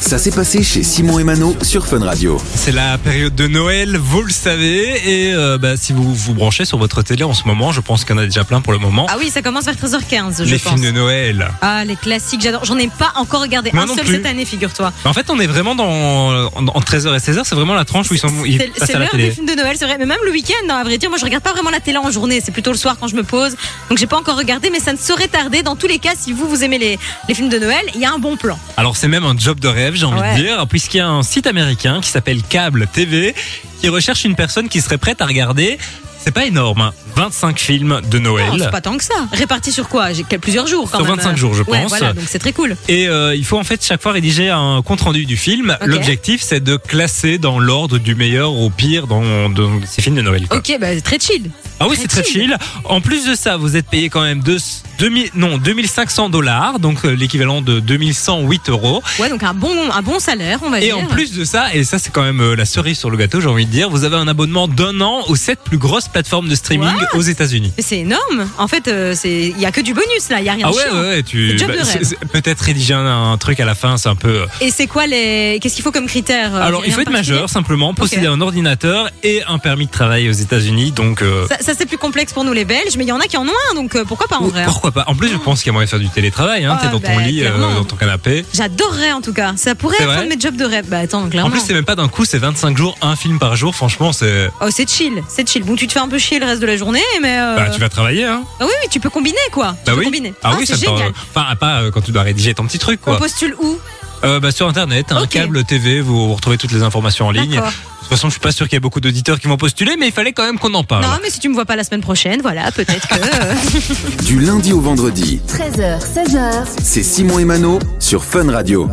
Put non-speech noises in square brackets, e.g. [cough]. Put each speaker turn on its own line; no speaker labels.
Ça s'est passé chez Simon et Mano sur Fun Radio.
C'est la période de Noël, vous le savez, et euh, bah, si vous vous branchez sur votre télé en ce moment, je pense qu'il y en a déjà plein pour le moment.
Ah oui, ça commence vers 13h15, je
les
pense.
films de Noël.
Ah, les classiques, j'adore. J'en ai pas encore regardé
Moi
un
non
seul
plus.
cette année, figure-toi.
En fait, on est vraiment dans en- en 13h et 16h, c'est vraiment la tranche où ils sont ils
C'est
passent
c'est
à la
l'heure des
télé.
films de Noël, c'est vrai. Mais même le week-end, hein, à vrai dire, moi je regarde pas vraiment la télé en journée. C'est plutôt le soir quand je me pose. Donc j'ai pas encore regardé, mais ça ne saurait tarder. Dans tous les cas, si vous vous aimez les, les films de Noël, il y a un bon plan.
Alors c'est même un job de rêve, j'ai envie
Ouais.
de dire, puisqu'il y a un site américain qui s'appelle Cable TV qui recherche une personne qui serait prête à regarder. C'est pas énorme, hein, 25 films de Noël.
Non, Ah, Oh, c'est pas tant que ça. Réparti sur quoi J'ai quel- plusieurs jours quand
Sur
même.
25 jours, je
Ouais,
pense.
Voilà, donc c'est très cool.
Et euh, il faut en fait chaque fois rédiger un compte rendu du film.
Ok.
L'objectif c'est de classer dans l'ordre du meilleur au pire dans, dans ces films de Noël. quoi.
Ok, bah très chill.
Ah oui,
très
c'est très
chill.
chill. En plus de ça, vous êtes payé quand même deux- 2000, non, 2500 dollars, donc euh, l'équivalent de 2108 euros.
Ouais, donc un bon, un bon salaire, on va
Et
dire.
en plus de ça, et ça c'est quand même euh, la cerise sur le gâteau, j'ai envie de dire, vous avez un abonnement d'un an aux sept plus grosses plateformes de streaming aux États-Unis.
Mais c'est énorme. En fait, euh, c'est il y a que du bonus là. Il y a rien
Ah
de
ouais,
chiant.
ouais, ouais, tu bah,
Le job de
c'est-
rêve.
c'est- peut-être rédiger un, un truc à la fin, c'est un peu. euh,
Et c'est quoi les Qu'est-ce qu'il faut comme critère euh,
Alors,
rien
il faut
de
être majeur
particulier
simplement, posséder un ordinateur et un permis de travail aux États-Unis, donc. euh,
Ça, ça, c'est plus complexe pour nous les Belges, mais il y en a qui en ont un, donc euh, pourquoi pas en
ou-
vrai. hein.
pourquoi pas En plus, je pense qu'il y a moyen de faire du télétravail. Hein,
Ah,
T'es dans ton
bah,
lit, euh,
clairement.
dans ton canapé.
J'adorerais en tout cas. Ça pourrait
C'est
être
vrai
un de mes jobs de rêve. Bah attends, clairement.
En plus, c'est même pas d'un coup, c'est 25 jours, un film par jour. Franchement, c'est.
Oh c'est chill, c'est chill. Bon tu te fais un peu chier le reste de la journée, mais euh,
Bah, tu vas travailler, hein
ah oui oui tu peux combiner quoi. Tu
Bah
peux
oui.
combiner.
Ah, oui,
c'est
ça te
génial.
Enfin, à pas euh, quand tu dois rédiger ton petit truc,
On
quoi.
postule où
Euh, bah, sur internet, hein,
Ok.
câble TV, vous retrouvez toutes les informations en ligne. De
D'accord.
toute façon, je suis pas sûr qu'il y ait beaucoup d'auditeurs qui vont postuler, mais il fallait quand même qu'on en parle.
Non mais si tu me vois pas la semaine prochaine, voilà peut-être
[laughs]
que. euh,
Du lundi au vendredi,
13h, 16h,
c'est Simon et Mano sur Fun Radio.